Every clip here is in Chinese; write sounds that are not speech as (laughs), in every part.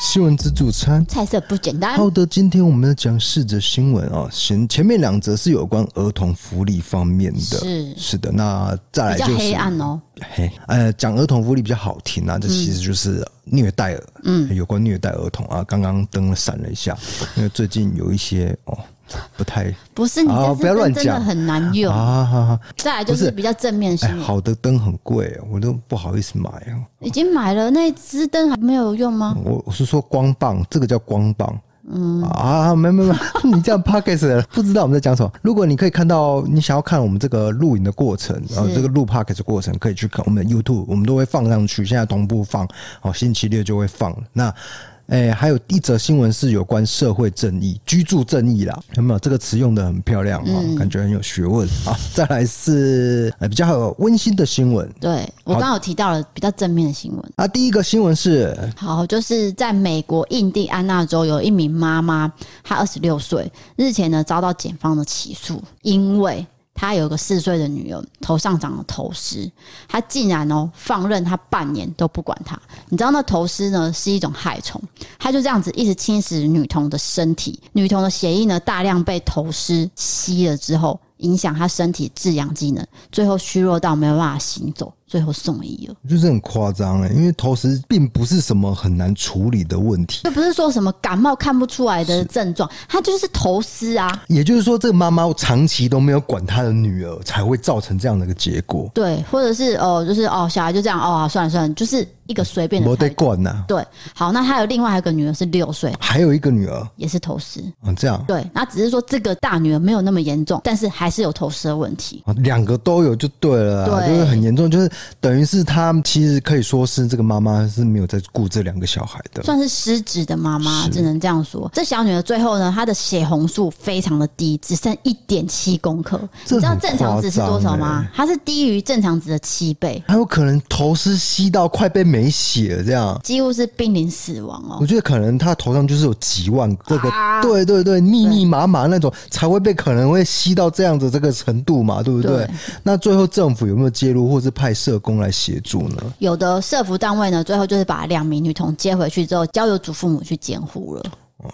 新闻自助餐。菜色不简单，好的，今天我们要讲四则新闻啊，前前面两则是有关儿童福利方面的，是是的，那再来比较就是黑暗哦。嗯嘿，呃，讲儿童福利比较好听啊，这其实就是虐待儿，嗯，有关虐待儿童啊。刚刚灯闪了一 (laughs) 下，因为最近有一些哦，不太不是你啊这不要乱真的讲很难用。啊，哈哈。再来就不是是比较正面新哎，闻，好的灯很贵，我都不好意思买哦。已经买了那支灯还没有用吗？我我是说光棒，这个叫光棒。嗯啊，没没没， (laughs) 你这样 p o c k e t 不知道我们在讲什么。如果你可以看到，你想要看我们这个录影的过程，然后这个录 p o c k e t 过程，可以去看我们的 YouTube，我们都会放上去，现在同步放，哦，星期六就会放。那哎、还有一则新闻是有关社会正义、居住正义啦，有没有？这个词用的很漂亮啊、哦感觉很有学问啊。好再来是、呃比较温馨的新闻对我刚刚有提到了比较正面的新闻。啊，第一个新闻是好，就是在美国印第安纳州有一名妈妈，她二十六岁，日前呢遭到检方的起诉，因为她有个四岁的女儿头上长了头虱，她竟然哦放任她半年都不管她。你知道那头虱呢是一种害虫，她就这样子一直侵蚀女童的身体，女童的血液呢大量被头虱吸了之后。影响她身体制氧机能，最后虚弱到没有办法行走，最后送医了。就是很夸张哎，因为投食并不是什么很难处理的问题。这不是说什么感冒看不出来的症状，它就是头虱啊。也就是说，这个妈妈长期都没有管她的女儿，才会造成这样的一个结果。对，或者是哦，就是哦，小孩就这样哦，好算了算了，就是一个随便的没得态度。管呐、对，好，那他有另外一个女儿是六岁，还有一个女儿啊、也是头虱。哦这样对，那只是说这个大女儿没有那么严重，但是还是有头虱的问题。哦两个都有就对了啦，对就是很严重，就是等于是她其实可以说是这个妈妈是没有在顾这两个小孩的。算是失职的妈妈，是只能这样说。这小女儿最后呢，她的血红素非常的低，只剩一点七公克。这你知道很欸正常值是多少吗？它是低于正常值的七倍，还有可能头是吸到快被没血了这样。几乎是濒临死亡哦我。觉得可能她头上就是有几万个这个，啊对对对，密密麻麻那种才会被可能会吸到这样子这个程度嘛，对不对？对那最后政府有没有介入，或是派社工来协助呢？有的社服单位呢，最后就是把两名女童接回去之后，交由祖父母去监护了，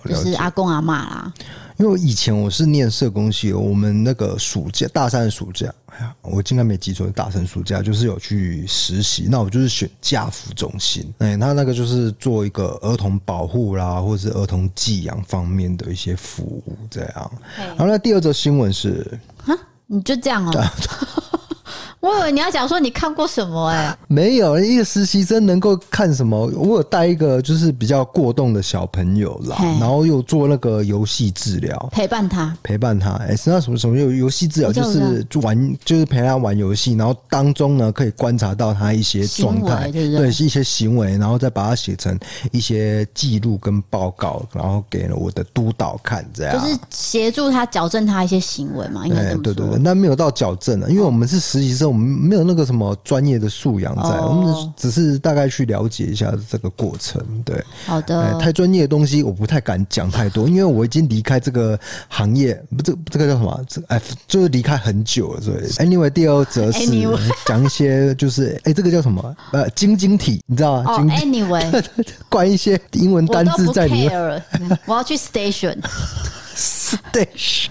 就是阿公阿妈啦。哦因为以前我是念社工系，哦我们那个暑假，大三的暑假，哎呀，我应该没记错，大三暑假就是有去实习，那我就是选家福中心，哎，那那个就是做一个儿童保护啦，或是儿童寄养方面的一些服务，这样。好，那第二则新闻是你就这样哦、啊 (laughs) 我以为你要讲说你看过什么 (laughs) 哎、没有一个实习生能够看什么？我有带一个就是比较过动的小朋友啦嘿，然后又做那个游戏治疗。陪伴他。陪伴他，哎、那什么什么游游戏治疗我知就道我是就玩，就是陪他玩游戏，然后当中呢可以观察到他一些状态，行为对不对对一些行为，然后再把它写成一些记录跟报告，然后给了我的督导看，这样就是协助他矫正他一些行为嘛，应该啊哎这，么对说。对对，那没有到矫正啊，因为我们是实习生，我们没有那个什么专业的素养在，哦我们只是大概去了解一下这个过程。对，好哎，的，太专业的东西我不太敢讲太多，因为我已经离开这个行业，不，这这个叫什么？这哎，就是离开很久了。所以，anyway，第二则是 Anyway 讲一些就是哎，这个叫什么？呃，晶晶体，你知道吗？哦晶晶，anyway， (laughs) 关一些英文我单都字不在里面。 care，了 (laughs) 我要去 station。对，是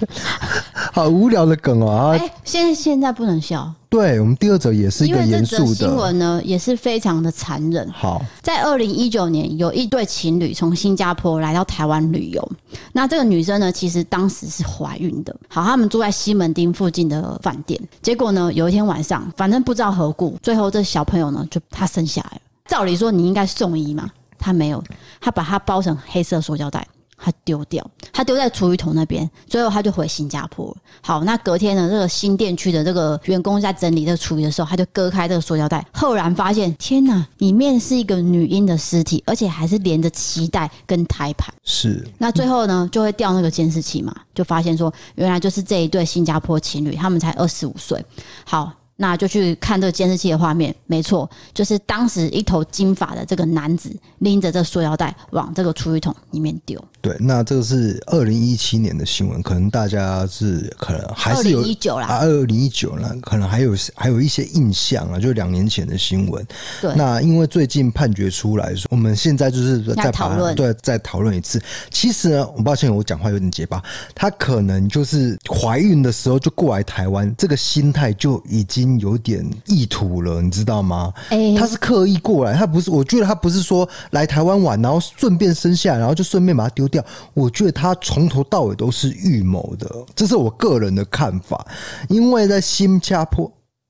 好无聊的梗哦啊！哎、现在现在不能笑，对我们第二则也是一因个为这严则肃新的。闻呢也是非常的残忍。好，在二零一九年，有一对情侣从新加坡来到台湾旅游。那这个女生呢，其实当时是怀孕的。好，他们住在西门町附近的饭店。结果呢，有一天晚上，反正不知道何故，最后这小朋友呢，就她生下来了。照理说你应该送医嘛，她没有，她把它包成黑色塑胶袋。她丢掉，她丢在厨余桶那边，最后她就回新加坡了。好，那隔天呢，这个新店区的这个员工在整理这个厨余的时候，他就割开这个塑胶袋，赫然发现，天哪，里面是一个女婴的尸体，而且还是连着脐带跟胎盘。是那最后呢，就会调那个监视器嘛，就发现说，原来就是这一对新加坡情侣，他们才二十五岁。好，那就去看这个监视器的画面，没错，就是当时一头金发的这个男子拎着这塑料袋往这个厨余桶里面丢。对，那这个是二零一七年的新闻，可能大家是可能还是有2019啦啊，二零一九啦，可能还有还有一些印象啊，就两年前的新闻。对那因为最近判决出来，我们现在就是再把讨论对，再讨论一次。其实呢，我抱歉，我讲话有点结巴，她可能就是怀孕的时候就过来台湾，这个心态就已经有点意图了，你知道吗？哎他是刻意过来，他不是，我觉得他不是说来台湾玩，然后顺便生下来，然后就顺便把它丢掉。我觉得他从头到尾都是预谋的，这是我个人的看法。因为在新加坡，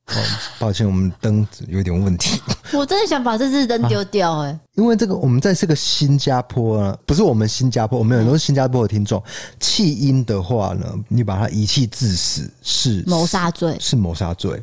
哦、抱歉，我们灯有点问题。我真的想把这只灯丢掉哎、因为这个，我们在这个新加坡呢，不是我们新加坡，我们很多新加坡的听众，弃婴的话呢，你把他遗弃致死是谋杀罪，是谋杀罪，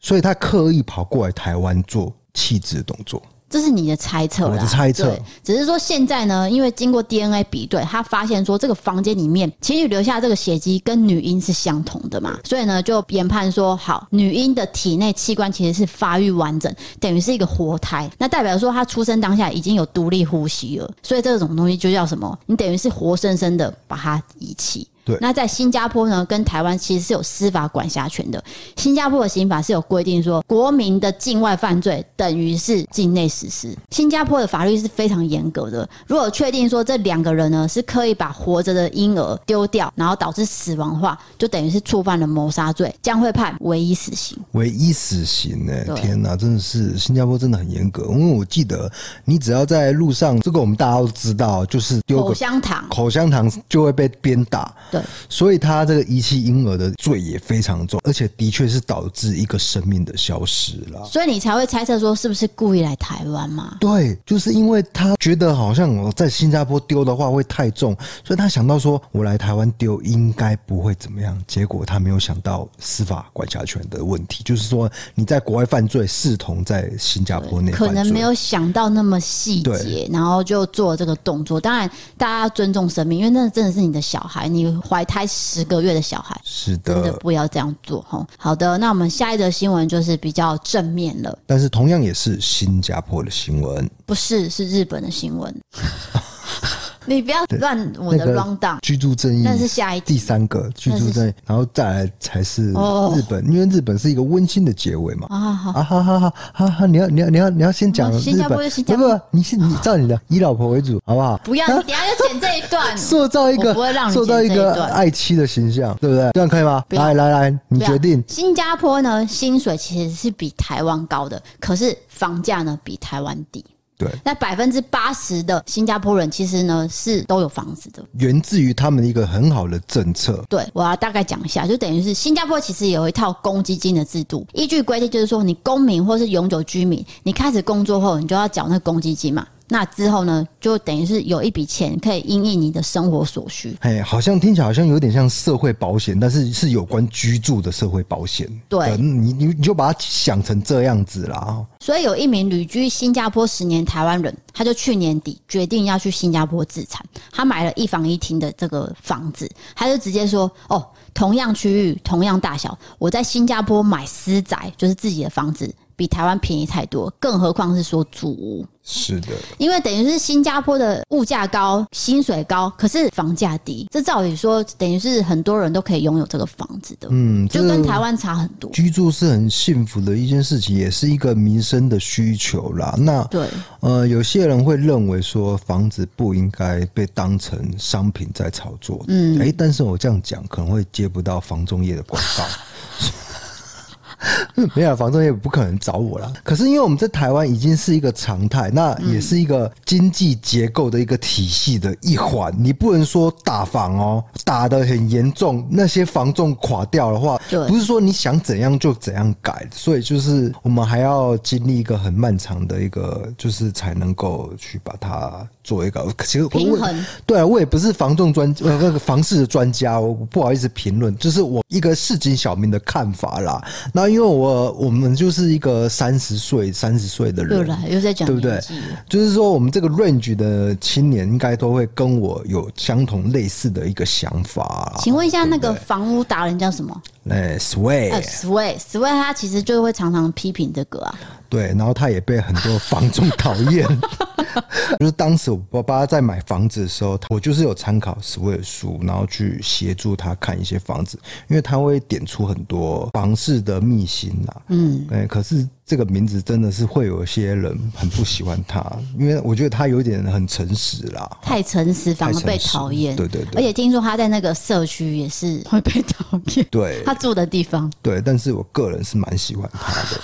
所以他刻意跑过来台湾做弃子的动作。这是你的猜测我啦。的猜测对，只是说现在呢，因为经过 DNA 比对，他发现说这个房间里面情侣留下这个血迹跟女婴是相同的嘛，所以呢就研判说，好，女婴的体内器官其实是发育完整，等于是一个活胎，那代表说她出生当下已经有独立呼吸了，所以这种东西就叫什么？你等于是活生生的把它遗弃。对那在新加坡呢，跟台湾其实是有司法管辖权的。新加坡的刑法是有规定说，国民的境外犯罪等于是境内实施。新加坡的法律是非常严格的，如果确定说这两个人呢是刻意把活着的婴儿丢掉，然后导致死亡的话，就等于是触犯了谋杀罪，将会判唯一死刑。唯一死刑呢、对天哪，真的是新加坡真的很严格，因为我记得你只要在路上，这个我们大家都知道，就是丢口个香糖，口香糖就会被鞭打，对，所以他这个遗弃婴儿的罪也非常重，而且的确是导致一个生命的消失啦。所以你才会猜测说是不是故意来台湾嘛？对，就是因为他觉得好像我在新加坡丢的话会太重，所以他想到说我来台湾丢应该不会怎么样。结果他没有想到司法管辖权的问题，就是说你在国外犯罪，视同在新加坡内可犯能罪没。有想到那么细节对，然后就做这个动作。当然，大家要尊重生命，因为那真的是你的小孩，你怀胎十个月的小孩。是真的，的不要这样做吼。好的，那我们下一则新闻就是比较正面了，但是同样也是新加坡的新闻。不是是日本的新 (laughs) 闻。你不要乱我那的个 round down，居住正义那是下一第题三个居住正义，然后再来才是哦日本，因为日本是一个温馨的结尾嘛。啊。好，啊哈哈哈哈哈！你要你要你要你要先讲哦日新加本，坡就新加不不，你先你照你的，以老婆为主，好啊不好？不要，你等一下就剪这一 (laughs) 段。塑造一我个不会让你塑造剪一这一个段爱妻的形象，对不对？这样可以吗？不要来来来，你对啊决定。新加坡呢，薪水其实是比台湾高的，可是房价呢比台湾低。对，那百分之八十的新加坡人其实呢是都有房子的。源自于他们一个很好的政策，对，我要大概讲一下，就等于是新加坡其实有一套公积金的制度，依据规定就是说，你公民或是永久居民，你开始工作后，你就要缴那公积金嘛。那之后呢，就等于是有一笔钱可以因应你的生活所需。哎，好像听起来好像有点像社会保险，但是是有关居住的社会保险。对你你你就把它想成这样子啦。所以有一名旅居新加坡十年台湾人，他就去年底决定要去新加坡自产，他买了一房一厅的这个房子，他就直接说：“哦，同样区域、同样大小，我在新加坡买私宅，就是自己的房子，比台湾便宜太多，更何况是说租屋。”是的，因为等于是新加坡的物价高、薪水高，可是房价低，这照理说等于是很多人都可以拥有这个房子的，嗯，就这跟个台湾差很多。居住是很幸福的一件事情，也是一个民生的需求啦。那对，呃，有些人会认为说房子不应该被当成商品在炒作，嗯，哎、但是我这样讲可能会接不到房仲业的广告。 (laughs) 没有，啊房仲业不可能找我啦。可是因为我们在台湾已经是一个常态，那也是一个经济结构的一个体系的一环。你不能说打房哦，打得很严重，那些房仲垮掉的话，对不是说你想怎样就怎样改，所以就是我们还要经历一个很漫长的一个，就是才能够去把它做一个其实我平衡。对啊，我也不是房仲专呃那个房市的专家，我不好意思评论，就是我一个市井小民的看法啦。那因为我我们就是一个三十岁三十岁的又人，来又在讲对不对年纪了就是说，我们这个 range 的青年应该都会跟我有相同类似的一个想法啦。请问一下，那个房屋达人叫什么？哎，sway，、呃，Sway，Sway 他其实就会常常批评这个啊，对，然后他也被很多房仲讨厌。 (laughs) 就是当时我爸爸在买房子的时候，我就是有参考史威尔书，然后去协助他看一些房子，因为他会点出很多房市的秘辛啦、嗯，哎、可是这个名字真的是会有一些人很不喜欢他，因为我觉得他有点很诚实啦，太诚实反而太诚被实讨厌。对对对而且听说他在那个社区也是 (laughs) 会被讨厌，对他住的地方。对，但是我个人是蛮喜欢他的。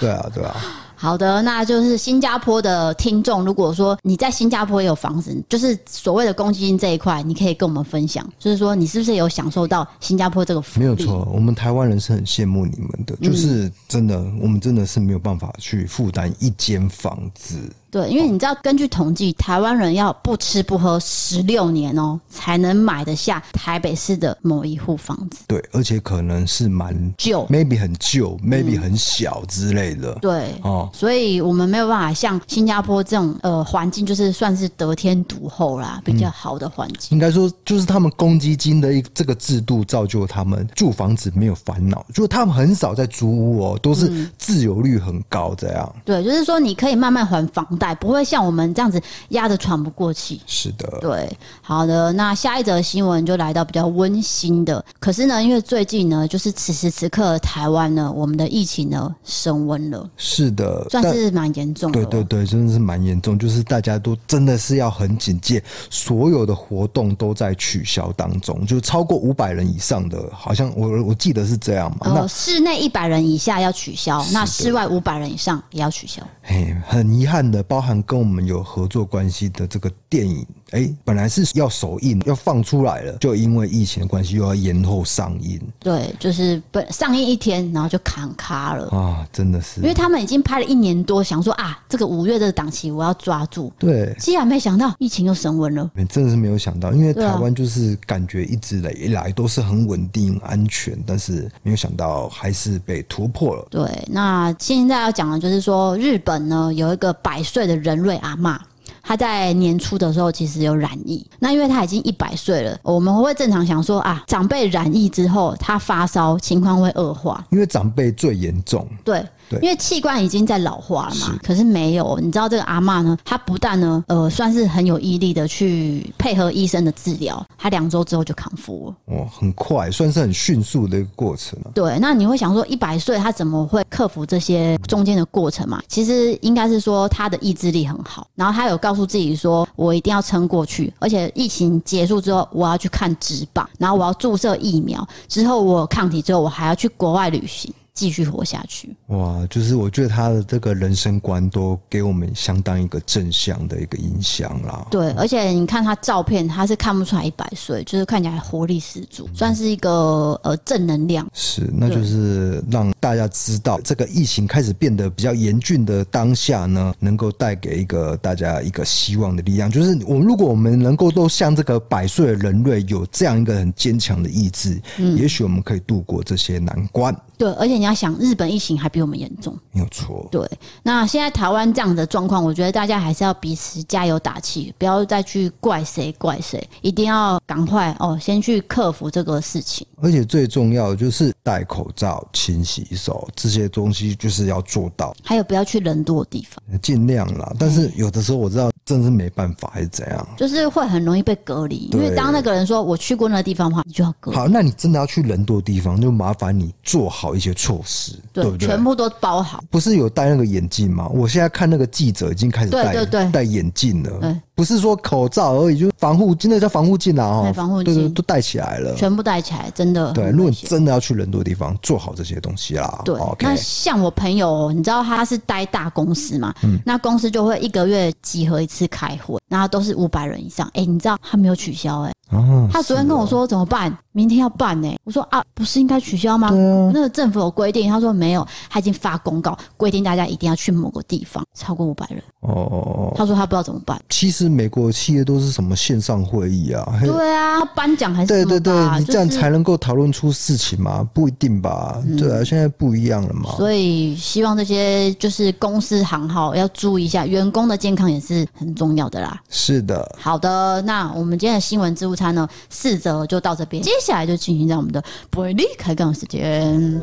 对啊，对啊，好的，那就是新加坡的听众，如果说你在新加坡也有房子，就是所谓的公积金这一块，你可以跟我们分享，就是说你是不是有享受到新加坡这个福没利？有错，我们台湾人是很羡慕你们嗯的，就是真的，我们真的是没有办法去负担一间房子，对，因为你知道，根据统计，台湾人要不吃不喝十六年哦，才能买得下台北市的某一户房子。对，而且可能是蛮旧 maybe 很旧，maybe 很小之类的，嗯对，哦，所以我们没有办法像新加坡这种呃环境，就是算是得天独厚啦，比较好的环境。应该说，就是他们公积金的一这个制度，造就他们住房子没有烦恼，就是他们很少在租屋哦，都是嗯自由率很高这样。对，就是说你可以慢慢还房贷，不会像我们这样子压得喘不过气。是的，对，好的，那下一则新闻就来到比较温馨的。可是呢，因为最近呢，就是此时此刻的台湾呢，我们的疫情呢升温了，是的，算但是蛮严重的对对哦。对，真的是蛮严重，就是大家都真的是要很警戒，所有的活动都在取消当中，就是超过五百人以上的，好像我我记得是这样嘛。那呃，室内一百人以下要取消，那室外五百人以上也要取消。嘿，很遗憾的，包含跟我们有合作关系的这个电影，哎、本来是要首映要放出来了，就因为疫情的关系，又要延后上映对，就是本上映一天，然后就砍咖了。啊，真的是因，为他们已经拍了一年多，想说啊，这个五月这个档期我要抓住，对。既然没想到疫情又升温了。真的是没有想到，因为对啊台湾就是感觉一直来以来都是很稳定、安全，但是没有想到还是被突破了。对，那现在要讲的就是说，日本呢有一个百岁的人瑞阿嬷，她在年初的时候其实有染疫，那因为她已经一百岁了，我们会正常想说啊，长辈染疫之后，她发烧情况会恶化，因为长辈最严重，对。对因为器官已经在老化了嘛，可是没有，你知道这个阿嬷呢，她不但呢，呃，算是很有毅力的去配合医生的治疗，她两周之后就康复了。哦，很快，算是很迅速的一个过程啊。对，那你会想说，一百岁他怎么会克服这些中间的过程嘛？其实应该是说他的意志力很好，然后他有告诉自己说，我一定要撑过去，而且疫情结束之后，我要去看直棒，然后我要注射疫苗，之后我有抗体之后，我还要去国外旅行，继续活下去。哇，就是我觉得他的这个人生观都给我们相当一个正向的一个影响啦。对，而且你看他照片，他是看不出来一百岁，就是看起来活力十嗯足，算是一个呃正能量。是，那就是让大家知道，这个疫情开始变得比较严峻的当下呢，能够带给一个大家一个希望的力量。就是我们如果我们能够都像这个百岁的人类有这样一个很坚强的意志，也许我们可以度过这些难关。对，而且你要想，日本疫情还比我们严重。没有错，对，那现在台湾这样的状况，我觉得大家还是要彼此加油打气，不要再去怪谁怪谁，一定要赶快哦，先去克服这个事情。而且最重要的就是戴口罩、勤洗手这些东西，就是要做到。还有不要去人多的地方，尽量啦，但是有的时候我知道真的是没办法，还是怎样。就是会很容易被隔离，因为对当那个人说我去过那个地方的话，你就要隔离。好，那你真的要去人多的地方，就麻烦你做好一些措施，对嗯不对全？部都包好。不是有戴那个眼镜吗？我现在看那个记者已经开始对戴对对戴眼镜对了，不是说口罩而已，就是防护，真的叫防护镜啦，哦对，防护镜对对都戴起来了。全部带起来，真的对，很如果危你险。真的要去人多的地方，做好这些东西啦。对哦，OK，那像我朋友，你知道他是待大公司嘛？嗯那公司就会一个月集合一次开会，然后都是五百人以上。哎、你知道他没有取消、哎。啊他昨天跟我说怎么办？明天要办呢、我说啊，不是应该取消吗？啊那个政府有规定。他说没有，他已经发公告规定大家一定要去某个地方，超过五百人。哦哦哦，他说他不知道怎么办。其实美国企业都是什么线上会议啊，嘿对啊，颁奖还是对什对么对吧，你这样就是嗯才能够讨论出事情嘛？不一定吧？对啊，现在不一样了嘛。所以希望这些就是公司行号要注意一下，员工的健康也是很重要的啦。是的，好的，那我们今天的新闻自助餐呢，四则就到这边，接下来就进行到我们的伯利开杠时间。接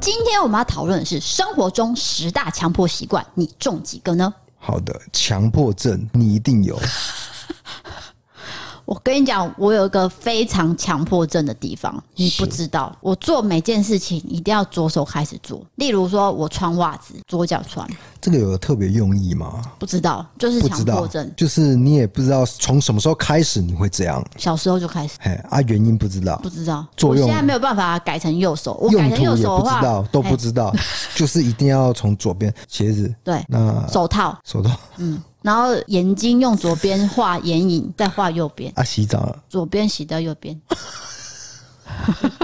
今天我们要讨论的是生活中十大强迫习惯，你中几个呢？好的，强迫症你一定有，我跟你讲，我有一个非常强迫症的地方，你不知道。我做每件事情一定要左手开始做，例如说我穿袜子，左脚穿，这个有特别用意吗？不知道，就是不强知迫道症，。就是你也不知道从什么时候开始你会这样，小时候就开始，嘿啊，原因不知道不，知道。作用我现在没有办法改成右手，我改用成途也右不知手的话，道，都不哎知道，就是一定要从左边鞋子对那手套，手套然后眼睛用左边画眼影，再画右边，啊洗澡了，左边洗掉右边。 (laughs)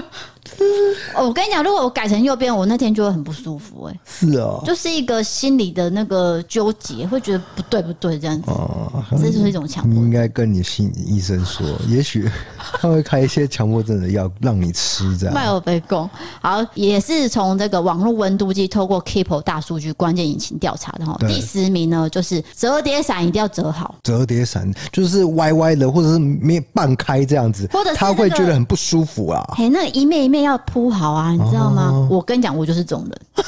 哦我跟你讲，如果我改成右边，我那天就会很不舒服、哎，是哦，就是一个心理的那个纠结，会觉得不对不对这样子，哦，这就是一种强你迫应。该跟你心理医生 (laughs) 说，也许他会开一些强迫症的药让你吃，这麦样尔杯供，好，也是从这个网络温度计透过 Keepo 大数据关键引擎调查的哈。对第十名呢，就是折叠伞一定要折好，折叠伞就是歪歪的，或者是没有半开这样子，或者是他那会个觉得很不舒服啊。 (laughs) 嘿，那个一面一面要铺好啊，你知道吗？哦我跟你讲，我就是这种人。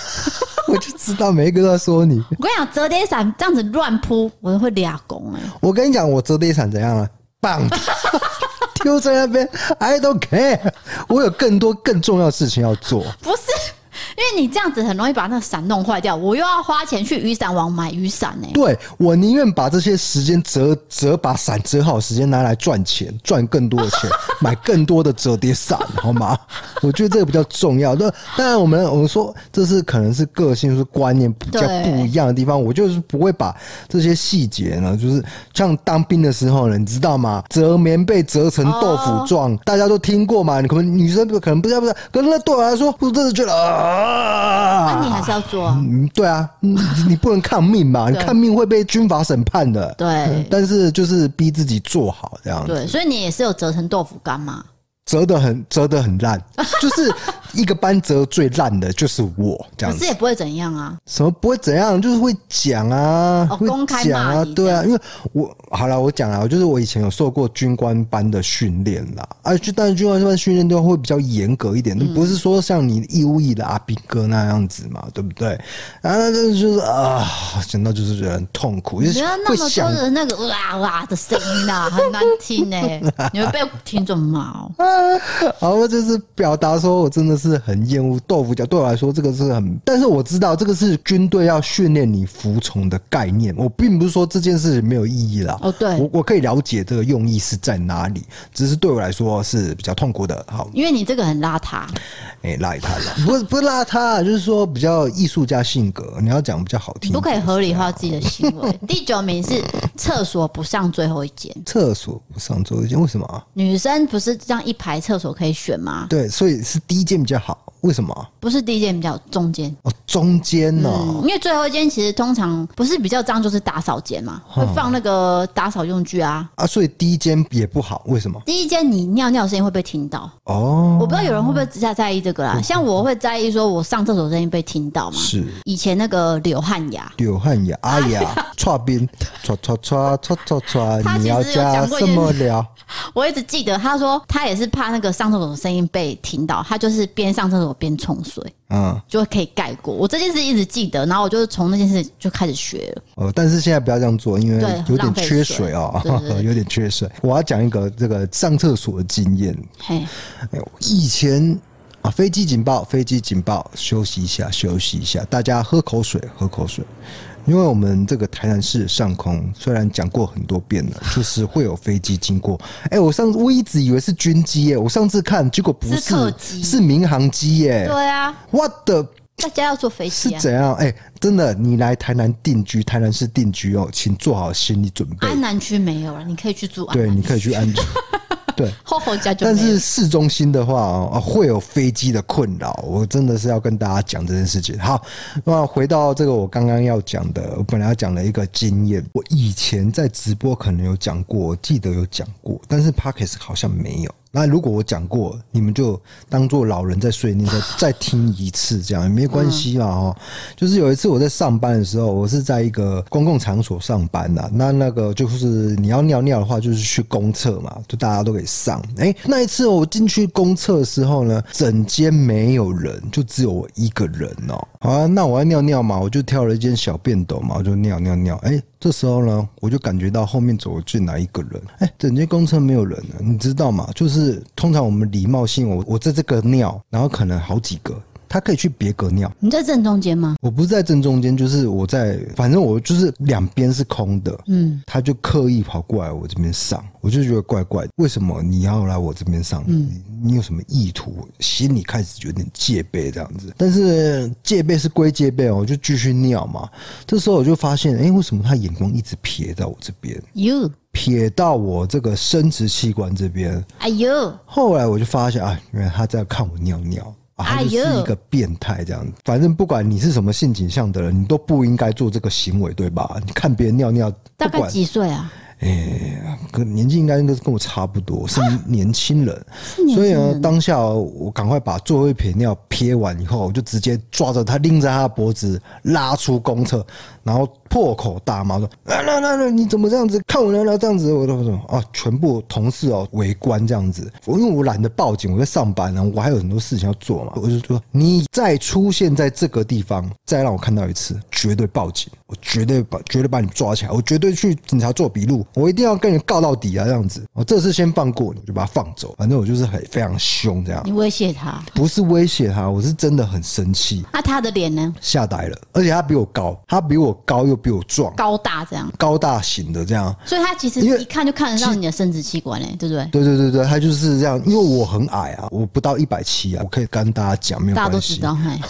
我就知道每一个都在说你。我跟你讲，折叠伞这样子乱铺，我都会俩拱哎。我跟你讲，我折叠伞怎样啊？棒， (laughs) 丢在那边，I don't care。我有更多更重要的事情要做。不是，因为你这样子很容易把那个伞弄坏掉，我又要花钱去雨伞网买雨伞哎、对我宁愿把这些时间折折把伞折好的时间拿来赚钱，赚更多的 (laughs) 钱，买更多的折叠伞，好吗？我觉得这个比较重要。那当然，我们我们说这是可能是个性是观念比较对不一样的地方。我就是不会把这些细节呢，就是像当兵的时候呢，你知道吗？折棉被折成豆哦腐状，大家都听过嘛？你可能女生可能不知道，不知道，可是那对我来说，我真的觉得啊，那你还是要做啊。嗯，对啊，嗯你你不能抗命嘛，你对抗命会被军法审判的。对嗯但是就是逼自己做好这样子，对，所以你也是有折成豆腐干嘛？折得很折得很烂，就是一个班折最烂的就是我这样可是子也，不会怎样啊。什么不会怎样，就是会讲啊，哦会公开讲骂啊你，对啊，因为我好了，我讲啊，就是我以前有受过军官班的训练啦，啊，就但是军官班训练的话会比较严格一点，嗯不是说像你义务役的阿兵哥那样子嘛，对不对？然后就是啊，想到就是觉得很痛苦，就你是觉得那会么多想的那个哇哇的声音啊，很难 (laughs) 听哎、你会被听众骂哦。然后就是表达说我真的是很厌恶豆腐脚，对我来说这个是很，但是我知道这个是军队要训练你服从的概念，我并不是说这件事没有意义啦。哦对我我可以了解这个用意是在哪里，只是对我来说是比较痛苦的。好，因为你这个很邋遢，哎、邋遢 (laughs) 了，不是不是邋遢，就是说比较艺术家性格，你要讲比较好你听不。可以合理化自己的行 (laughs) 为。第九名是厕所不上最后一间，厕所不上桌一间，为什么啊？女生不是这样一排厕所可以选吗？对，所以是第一间比较好，为什么啊？不是第一间比较中间，哦，中间哦、嗯，因为最后一间其实通常不是比较脏，就是打扫间嘛，哦会放那个打扫用具啊。啊，所以第一间也不好，为什么？第一间你尿尿的声音会被听到，哦，我不知道有人会不会只在在意这个啦。像我会在意说我上厕所声音被听到嘛。是以前那个流汗牙，流汗呀，阿雅，串冰，串串串串串他串，你其要实有讲加过一什件么料？我一直记得他说他也是怕那个上厕所的声音被听到，他就是边上厕所边冲水。嗯，就可以盖过我这件事一直记得，然后我就是从那件事就开始学了。哦，但是现在不要这样做，因为对有浪点费缺水水哦对对，(laughs) 对有点缺水。我要讲一个这个上厕所的经验。嘿，哎我以前啊，飞机警报，飞机警报，休息一下，休息一下，大家喝口水，喝口水。因为我们这个台南市上空，虽然讲过很多遍 (laughs) 了，就是会有飞机经过。哎、我上我一直以为是军机耶、我上次看结果不是是，客机是民航机耶、对啊， What the 大家要坐飞是机啊，怎样？哎、真的，你来台南定居，台南市定居哦，请做好心理准备。安南区没有了，啊你可以去住安对，南你区可以去安住。对，后后家就没但有。是市中心的话哦，啊会有飞机的困扰，我真的是要跟大家讲这件事情。好，那回到这个我刚刚要讲的，我本来要讲的一个经验，我以前在直播可能有讲过，我记得有讲过，但是 p o c k e t 好像没有。那如果我讲过，你们就当做老人在碎念，再再听一次，这样也没关系啦哦。就是有一次我在上班的时候，我是在一个公共场所上班啊呐、那那个就是你要尿尿的话，就是去公厕嘛，就大家都可以上。哎、那一次我进去公厕的时候呢，整间没有人，就只有我一个人哦。好啊，那我要尿尿嘛，我就挑了一间小便斗嘛，我就尿尿尿。哎、这时候呢，我就感觉到后面走进来一个人，哎、整间公厕没有人了，你知道吗？就是通常我们礼貌性，我我在这个尿，然后可能好几个，他可以去别个尿。你在正中间吗？我不是在正中间，就是我在，反正我就是两边是空的，嗯，他就刻意跑过来我这边上，我就觉得怪怪的，为什么你要来我这边上？你你有什么意图？心里开始有点戒备这样子，但是戒备是归戒备哦，我就继续尿嘛。这时候我就发现，哎、为什么他眼光一直瞥在我这边， you，瞥到我这个生殖器官这边？哎呦，后来我就发现啊，原来他在看我尿尿。啊，他就是哎呦一个变态这样子。反正不管你是什么性倾向的人，你都不应该做这个行为，对吧？你看别人尿尿，大不概管几岁啊？跟年纪应该应该是跟我差不多，是年轻人。年轻所以人呢，当下我赶快把最后一撇尿撇完以后，我就直接抓着他，拎着他的脖子拉出公厕，然后破口大骂说：“啊，那那那你怎么这样子？看我尿尿这样子！”我都说：“啊，全部同事哦围观这样子。”我因为我懒得报警，我在上班呢，我还有很多事情要做嘛，我就说：“你再出现在这个地方，再让我看到一次，绝对报警！我绝对把绝对把你抓起来，我绝对去警察做笔录，我一定要跟你告到底啊！”这样子，我这次先放过你，我就把他放走。反正我就是很非常凶这样，你威胁他？不是威胁他，我是真的很生气，啊，他的脸呢？吓呆了。而且他比我高，他比我高又比我壮，高大这样，高大型的这样。所以他其实因为一看就看得到你的生殖器官嘞、对不对？对对对对，他就是这样，因为我很矮啊，我不到一百七啊，我可以跟大家讲没有大家都关知系。道，嘿，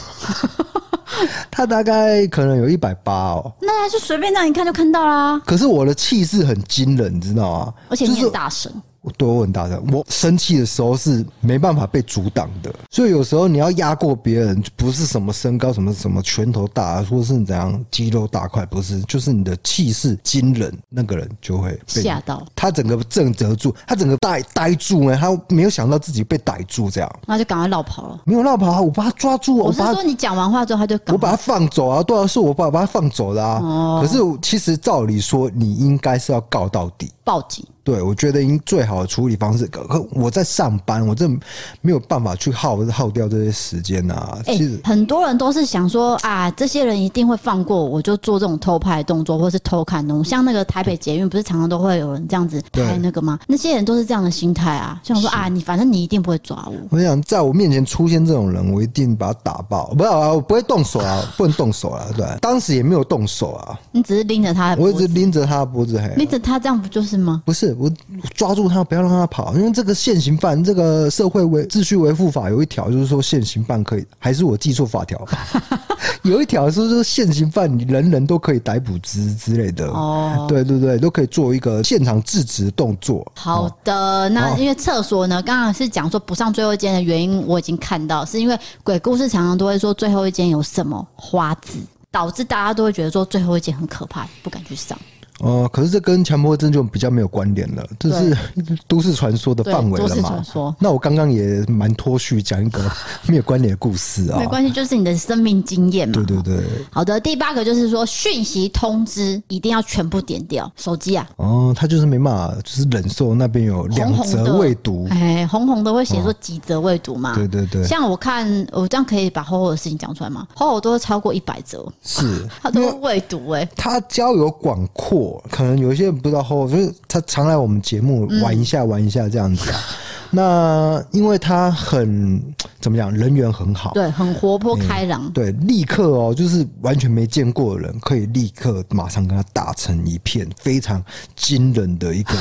他大概可能有一百八哦，那他就随便让你看就看到啦，可是我的气势很惊人，你知道吗？而且就你是很大声，我对我很大声，我生气的时候是没办法被阻挡的，所以有时候你要压过别人，不是什么身高、什么什么拳头大，或是怎样肌肉大块，不是，就是你的气势惊人，那个人就会被吓到，他整个正折住，他整个呆呆住呢，他没有想到自己被逮住这样，然后就赶快绕跑了。没有绕跑啊，我把他抓住啊，我我是把他说，你讲完话之后，他就赶我把他放走啊，对啊，是我把把他放走的啊。哦可是我其实照理说，你应该是要告到底。报警。对，我觉得应最好的处理方式，可可我在上班，我真的没有办法去耗耗掉这些时间啊。哎、其实很多人都是想说啊，这些人一定会放过我，就做这种偷拍的动作，或是偷看的动作。像那个台北捷运，不是常常都会有人这样子拍对那个吗？那些人都是这样的心态啊，就想说啊，你反正你一定不会抓我。我想，在我面前出现这种人，我一定把他打爆。不要啊，我不会动手啊，不能动手啊。对，当时也没有动手啊，你只是拎着他的我脖一直子，拎着他的脖子，嘿，拎着他这样不就是吗？不是我我抓住他，不要让他跑，因为这个现行犯，这个社会维秩序维护法有一条，就是说现行犯可以，还是我记错法条， (laughs) 有一条是说现行犯你人人都可以逮捕之之类的，哦，对对对，都可以做一个现场制止的动作。好哦的，那因为厕所呢，刚刚是讲说不上最后一间的原因，我已经看到，是因为鬼故事常常都会说最后一间有什么花字，导致大家都会觉得说最后一间很可怕，不敢去上。呃，可是这跟强迫症就比较没有关联了，这是 (laughs) 都市传说的对范围都了市嘛传说？那我刚刚也蛮脱序，讲一个 (laughs) 没有关联的故事啊没。关系，就是你的生命经验嘛。对对对，好的，第八个就是说讯息通知一定要全部点掉手机啊，哦，他就是没办法，就是忍受那边有两红红的则未读，哎、红红的会写说几则未读嘛。嗯哦对对对，像我看，我这样可以把厚厚的事情讲出来吗？厚厚都会超过一百则，是他都未读哎、他交友广阔，可能有一些人不知道后，就是他常来我们节目玩一下、玩一下这样子啊。嗯那因为他很怎么讲，人缘很好，对，啊很活泼开朗。哦嗯对，立刻哦，就是完全没见过的人，可以立刻马上跟他打成一片，非常惊人的一 (laughs) 个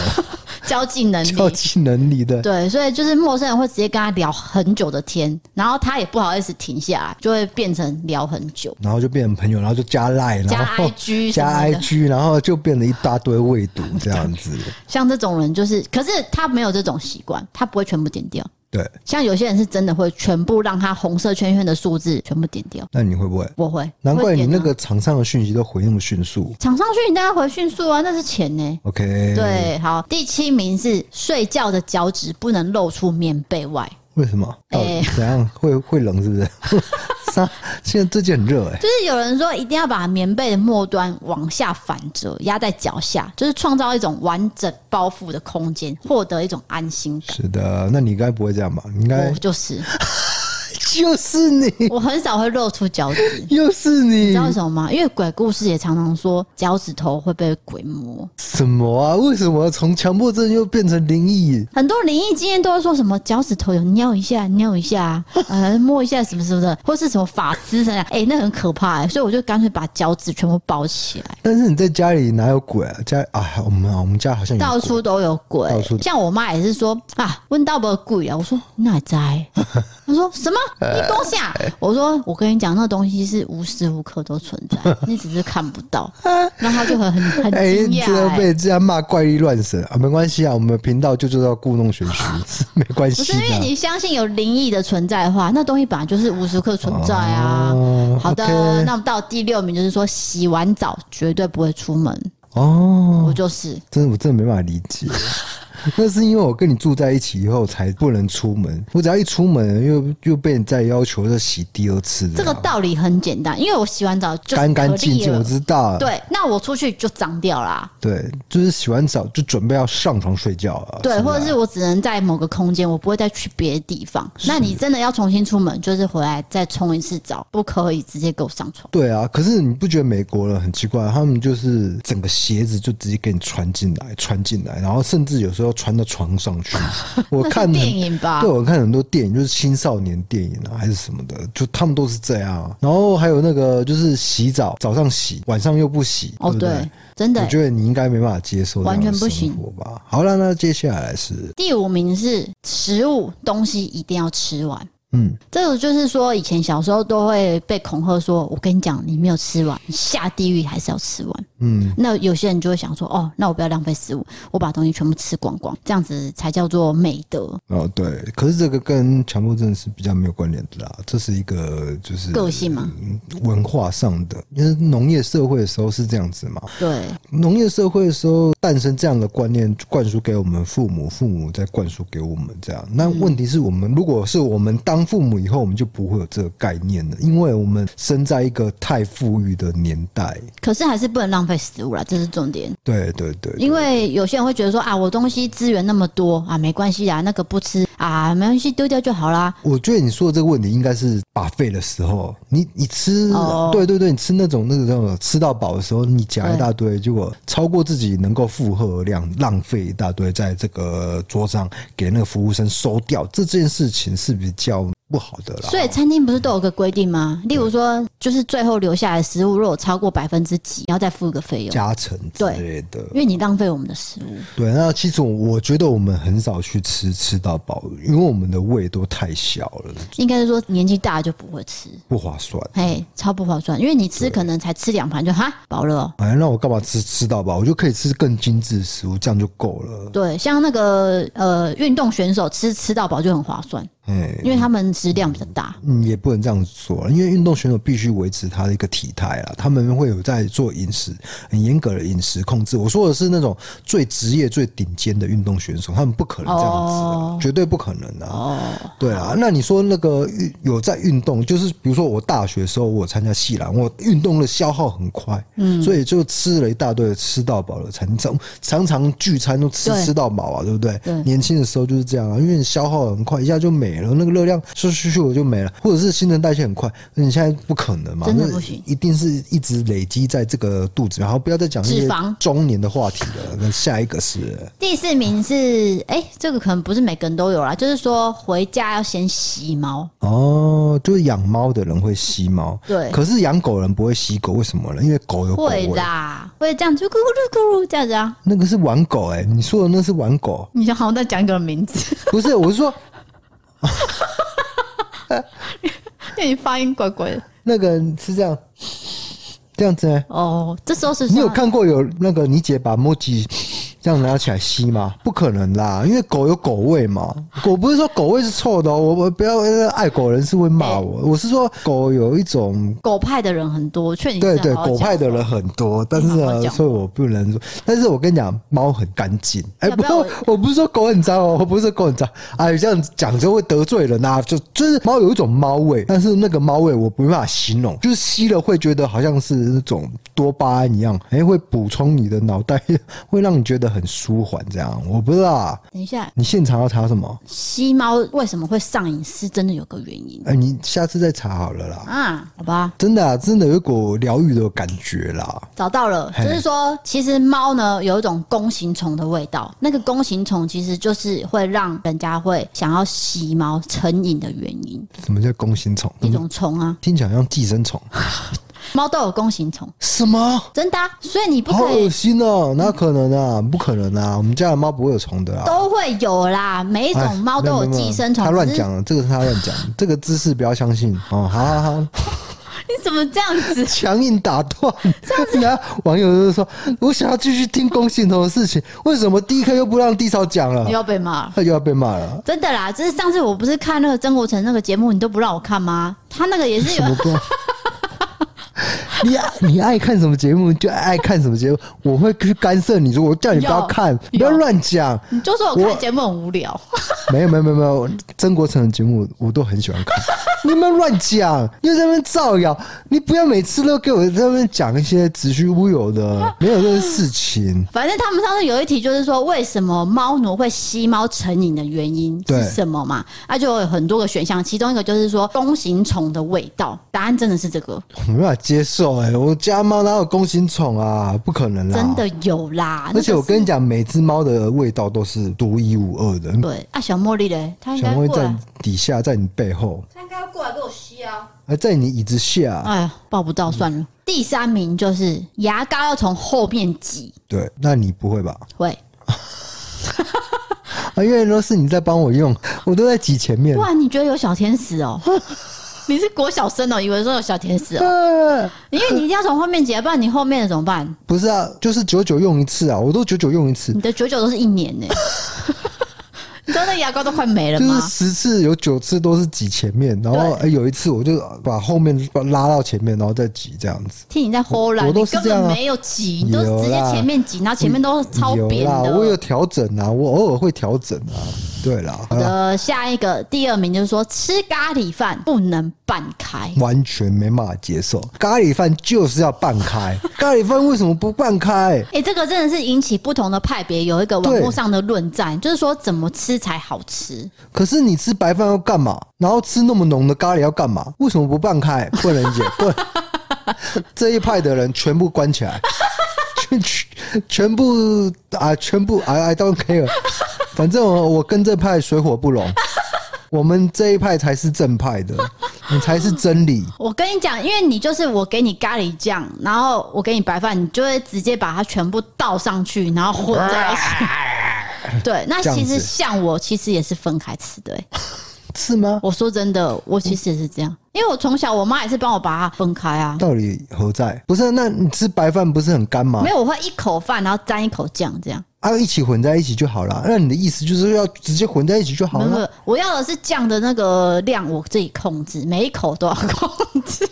交际能交力。际能力 (laughs) 的。对，所以就是陌生人会直接跟他聊很久的天，然后他也不好意思停下来，就会变成聊很久。然后就变成朋友，然后就加赖，加然 (laughs) 后 IG 什加么的 IG，然后就变成一大堆未读这样子。 (laughs) 像这种人就是，可是他没有这种习惯，他不会全部点掉，对，像有些人是真的会全部让他红色圈圈的数字全部点掉。那你会不会？我会，难怪你会点啊那个场上的讯息都回那么迅速。厂商讯，你当然回迅速啊，那是钱呢、 OK，，对，好，第七名是睡觉的脚趾不能露出棉被外，为什么？到底哎怎样会会冷是不是？ (laughs) 沙，现在最近很热哎、就是有人说一定要把棉被的末端往下反折，压在脚下，就是创造一种完整包覆的空间，获得一种安心感。是的，那你应该不会这样吧？你应该我就是，就是你，我很少会露出脚 (laughs) 趾。又是你你知，道为什么吗？因为鬼故事也常常说脚趾头会被鬼摸，什么啊？为什么从强迫症又变成灵异？很多灵异经验都会说什么脚趾头有尿一下、尿一下，呃，摸一下什么什么的，或是什么法师什么的，哎、那很可怕、欸。所以我就干脆把脚趾全部包起来。但是你在家里哪有鬼啊？家啊，我们啊我们家好像有到鬼处都有鬼到处，像我妈也是说啊，问到不鬼啊，我说哪 (laughs) 在？她说什么？哎你恭喜啊！我说我跟你讲，那东西是无时无刻都存在， (laughs) 你只是看不到。然后她就很很很哎、惊你真的讶、欸，被这样骂怪力乱神啊？没关系啊，我们频道就做到故弄玄虚， (laughs) 没关啊不系是因为的。你相信有灵异的存在的话，那东西本来就是无时无刻存在啊。哦好的 OK 那我们到第六名就是说，洗完澡绝对不会出门。哦，我就是真的我真的没办法理解。啊那是因为我跟你住在一起以后才不能出门，我只要一出门又又被你再要求要洗第二次了，这个道理很简单，因为我洗完澡就是干干可净立净，了我知道。啊对，那我出去就脏掉啦。对，就是洗完澡就准备要上床睡觉了。啊对，哦是不或是者是我只能在某个空间，我不会再去别的地方。那你真的要重新出门，就是回来再冲一次澡，不可以直接给我上床。对啊，可是你不觉得美国人很奇怪？他们就是整个鞋子就直接给你穿进来，穿进来，然后甚至有时候穿到床上 (laughs) 去。我那看是很电影啊吧对，？我看很多电影，就是青少年电影啊，还是什么的，就他们都是这样啊。然后还有那个就是洗澡，早上洗，晚上又不洗，哦，对不对，真的我。觉得你应该没办法接受这样的完全不生活吧。好了，那接下来是第五名是食物东西一定要吃完。嗯，这个就是说，以前小时候都会被恐吓说：“我跟你讲，你没有吃完，你下地狱还是要吃完。”嗯，那有些人就会想说：“哦，那我不要浪费食物，我把东西全部吃光光，这样子才叫做美德、哦，对，可是这个跟强迫症是比较没有关联的啦，这是一个就是个性嘛。文化上的，因为农业社会的时候是这样子嘛，对，农业社会的时候诞生这样的观念，灌输给我们父母，父母再灌输给我们这样。那问题是我们如果是我们当父母以后，我们就不会有这个概念了，因为我们生在一个太富裕的年代。可是还是不能浪费食物啦，这是重点。对对对对因为有些人会觉得说啊，我东西资源那么多啊，没关系啊，那个不吃啊，没关系，丢掉就好啦。我觉得你说的这个问题应该是把费的时候，你你吃，哦对对对，你吃那种那个叫什么吃到饱的时候，你夹一大堆，结果超过自己能够负荷的量，浪费一大堆在这个桌上给那个服务生收掉，这件事情是比较不好的啦。所以餐厅不是都有个规定吗？例如说，就是最后留下来的食物，如果超过百分之几，你要再付一个费用，加成之类的，因为你浪费我们的食物。对。那其实我我觉得我们很少去吃吃到饱，因为我们的胃都太小了，应该是说年纪大就不会吃，不划算。嘿，超不划算，因为你吃可能才吃两盘就哈饱了哦、哎，那我干嘛吃吃到饱？我就可以吃更精致的食物，这样就够了。对，像那个呃运动选手吃吃到饱就很划算，哎，因为他们食量比较大。嗯，也不能这样说，因为运动选手必须维持他的一个体态啊，他们会有在做饮食很严格的饮食控制。我说的是那种最职业、最顶尖的运动选手，他们不可能这样子、啊，哦绝对不可能啊。哦，对啊，那你说那个运有在运动，就是比如说我大学的时候，我有参加系篮，我运动的消耗很快，嗯，所以就吃了一大堆的吃到饱的餐，常常常聚餐都吃对吃到饱啊，对不对？对年轻的时候就是这样啊，因为你消耗很快，一下就没了，那个热量咻咻咻我就没了，或者是新陈代谢很快，那你现在不可能嘛，真的那不行一定是一直累积在这个肚子，然后不要再讲那脂些肪中年的话题了，那下一个是第四名是，哎、这个可能不是每个人都有啦，就是说回家要先洗猫，哦，就是养猫的人会吸猫，对可是养狗人不会吸狗，为什么呢？因为狗有狗会味。啦，会这样就咕咕噜咕噜这样子啊。那个是玩狗哎、你说的那是玩 (laughs) 狗，你好像在讲一个名字， (laughs) 不是？我是说因为你发音怪怪的。那个是这样，这样子、欸。哦，这时候是你有看过有那个你姐把莫吉这样拿起来吸吗？不可能啦，因为狗有狗味嘛。狗不是说狗味是臭的、哦，我我不要呃爱狗人士会骂我。我是说狗有一种。狗派的人很多，劝你对是对，好好狗派讲的人很多，但是好好呢，讲所以我不能说。但是我跟你讲，猫很干净。哎、要不不要我，我不是说狗很脏哦，我不是说狗很脏。哎，这样讲就会得罪人呐、就就是猫有一种猫味，但是那个猫味我没办法形容，就是吸了会觉得好像是那种多巴胺一样，哎、会补充你的脑袋， (laughs) 会让你觉得很舒缓。这样我不知道、啊，等一下，你现场要查什么？吸猫为什么会上瘾，是真的有个原因哎、你下次再查好了啦。啊？好吧，真的、啊，真的有一股疗愈的感觉啦。找到了，嘿就是说，其实猫呢有一种弓形虫的味道，那个弓形虫其实就是会让人家会想要吸猫成瘾的原因，什么叫弓形虫？一种虫啊，听起来像寄生虫。猫都有弓形虫，什么？真的啊、所以你不好可以恶心哦！哪可能啊？不可能啊！我们家的猫不会有虫的啊。都会有啦，每一哎种猫都有没没寄生虫，他只乱是讲了，这个是他乱讲，这个姿势不要相信哦。好好好，你怎么这样 (laughs) 子？强硬打断。然后网友就说：“我想要继续听龚信彤的事情，为什么第一课又不让地少讲了你？”要被骂了。他又要被骂了。真的啦，就是上次我不是看那个曾国成那个节目，你都不让我看吗？他那个也是什有么不？你爱你爱看什么节目就爱看什么节目，我会去干涉你。如果我叫你不要有看，有不要乱讲。你就说我我看节目很无聊，没有没有没有没有，曾国成的节目我都很喜欢看。你们乱讲，又在那边造谣，你不要每次都给我在那边讲一些子虚乌有的，没有这件事情。反正他们上次有一题就是说，为什么猫奴会吸猫成瘾的原因对是什么嘛？啊，就有很多个选项，其中一个就是说弓形虫的味道，答案真的是这个，我没办法接受哎、我家猫哪有弓形虫啊？不可能啦！真的有啦。而且我跟你讲，讲，每只猫的味道都是独一无二的。对啊，小茉莉嘞，她嗯应小该猫过在来你，底下，在你背后，他应该要过来给我吸啊！还在你椅子下。哎呀，抱不到算了。第三名就是牙膏要从后面挤，对，那你不会吧？会，啊，因为都是你在帮我用，我都在挤前面不。然你觉得有小天使哦、 (laughs) 你是国小生哦、以为说有小天使哦、啊因为你一定要从后面挤，啊不然你后面的怎么办？不是啊，就是九九用一次啊，我都九九用一次你，的九九都是一年呢、 (laughs) 你知道那牙膏都快没了就吗是？十次有九次都是挤前面，然后、对哎有一次我就把后面拉到前面，然后再挤这样子。听你在吼啦，我都你是根这样啊本没有挤，你都有是直接啦前面挤，然后前面都是超有扁啦，的。我有调整啊，我偶尔会调整啊，对啦，好好啦的，下一个第二名就是说吃咖喱饭不能拌开，完全没办法接受。咖喱饭就是要拌开，咖喱饭为什么不拌开？哎、这个真的是引起不同的派别有一个网对络上的论战，就是说怎么吃才好吃。可是你吃白饭要干嘛？然后吃那么浓的咖喱要干嘛？为什么不拌 (laughs) 开？不能解，不能。这一派的人全部关起来， (laughs) 全全全部啊，全部 I I don't care，反正我我跟这派水火不容。我们这一派才是正派的，你才是真理。我跟你讲，因为你就是我给你咖喱酱，然后我给你白饭，你就会直接把它全部倒上去，然后混在一起。 (laughs) 对，那这样其子实像我其实也是分开吃的、欸。是吗？我说真的，我其实也是这样，因为我从小我妈也是帮我把它分开啊。道理何在？不是，啊那你吃白饭不是很干吗没？有，我会一口饭，然后沾一口酱，这样。啊，一起混在一起就好了。那你的意思就是要直接混在一起就好没有，没了？有我要的是酱的那个量，我自己控制，每一口都要控制。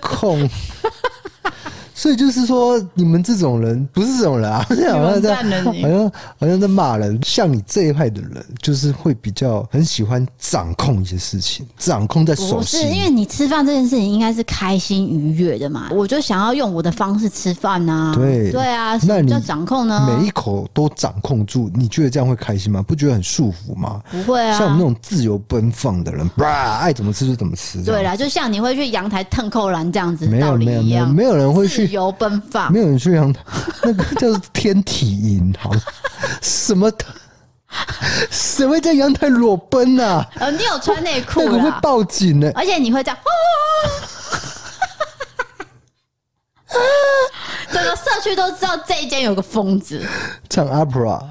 控。 (laughs) 所以就是说，你们这种人不是这种 (laughs) 人啊，好像在你们好占了你像好像在骂人。像你这一派的人，就是会比较很喜欢掌控一些事情，掌控在手不是，心因为里。你吃饭这件事情应该是开心愉悦的嘛，我就想要用我的方式吃饭呐、啊。对对啊，什那么你叫掌控呢？每一口都掌控住，你觉得这样会开心吗？不觉得很束缚吗？不会啊，像我们那种自由奔放的人， (laughs) 吧，爱怎么吃就怎么吃。这对样啦，就像你会去阳台腾扣篮这样子没道有理没有一没有，样，没有人会去自由奔放没。有人去阳台， (laughs) 那个叫做天体营，好，什么 (laughs) 的，谁会在阳台裸奔啊？呃，你有穿内裤那个会啦，报警呢、而且你会这样， (laughs) 哦整个社区都知道这一间有个疯子， (laughs) 唱 opera，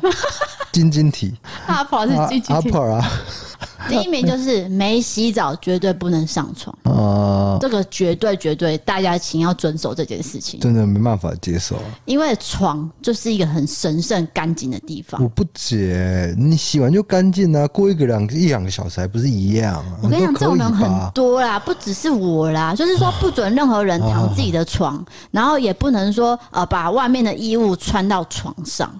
晶晶体，他跑是啊聚集体。 opera，第一名就是没洗澡绝对不能上床，啊，这个绝对绝对，大家请要遵守这件事情，真的没办法接受。因为床就是一个很神圣干净的地方我。不解，你洗完就干净啊，过一个两一两个小时还不是一样？我跟你讲，说这种可以人很吧多啦，不只是我嗯啦，就是说不准任何人躺自己的啊床，然后也不能说呃把外面的衣物穿到床上。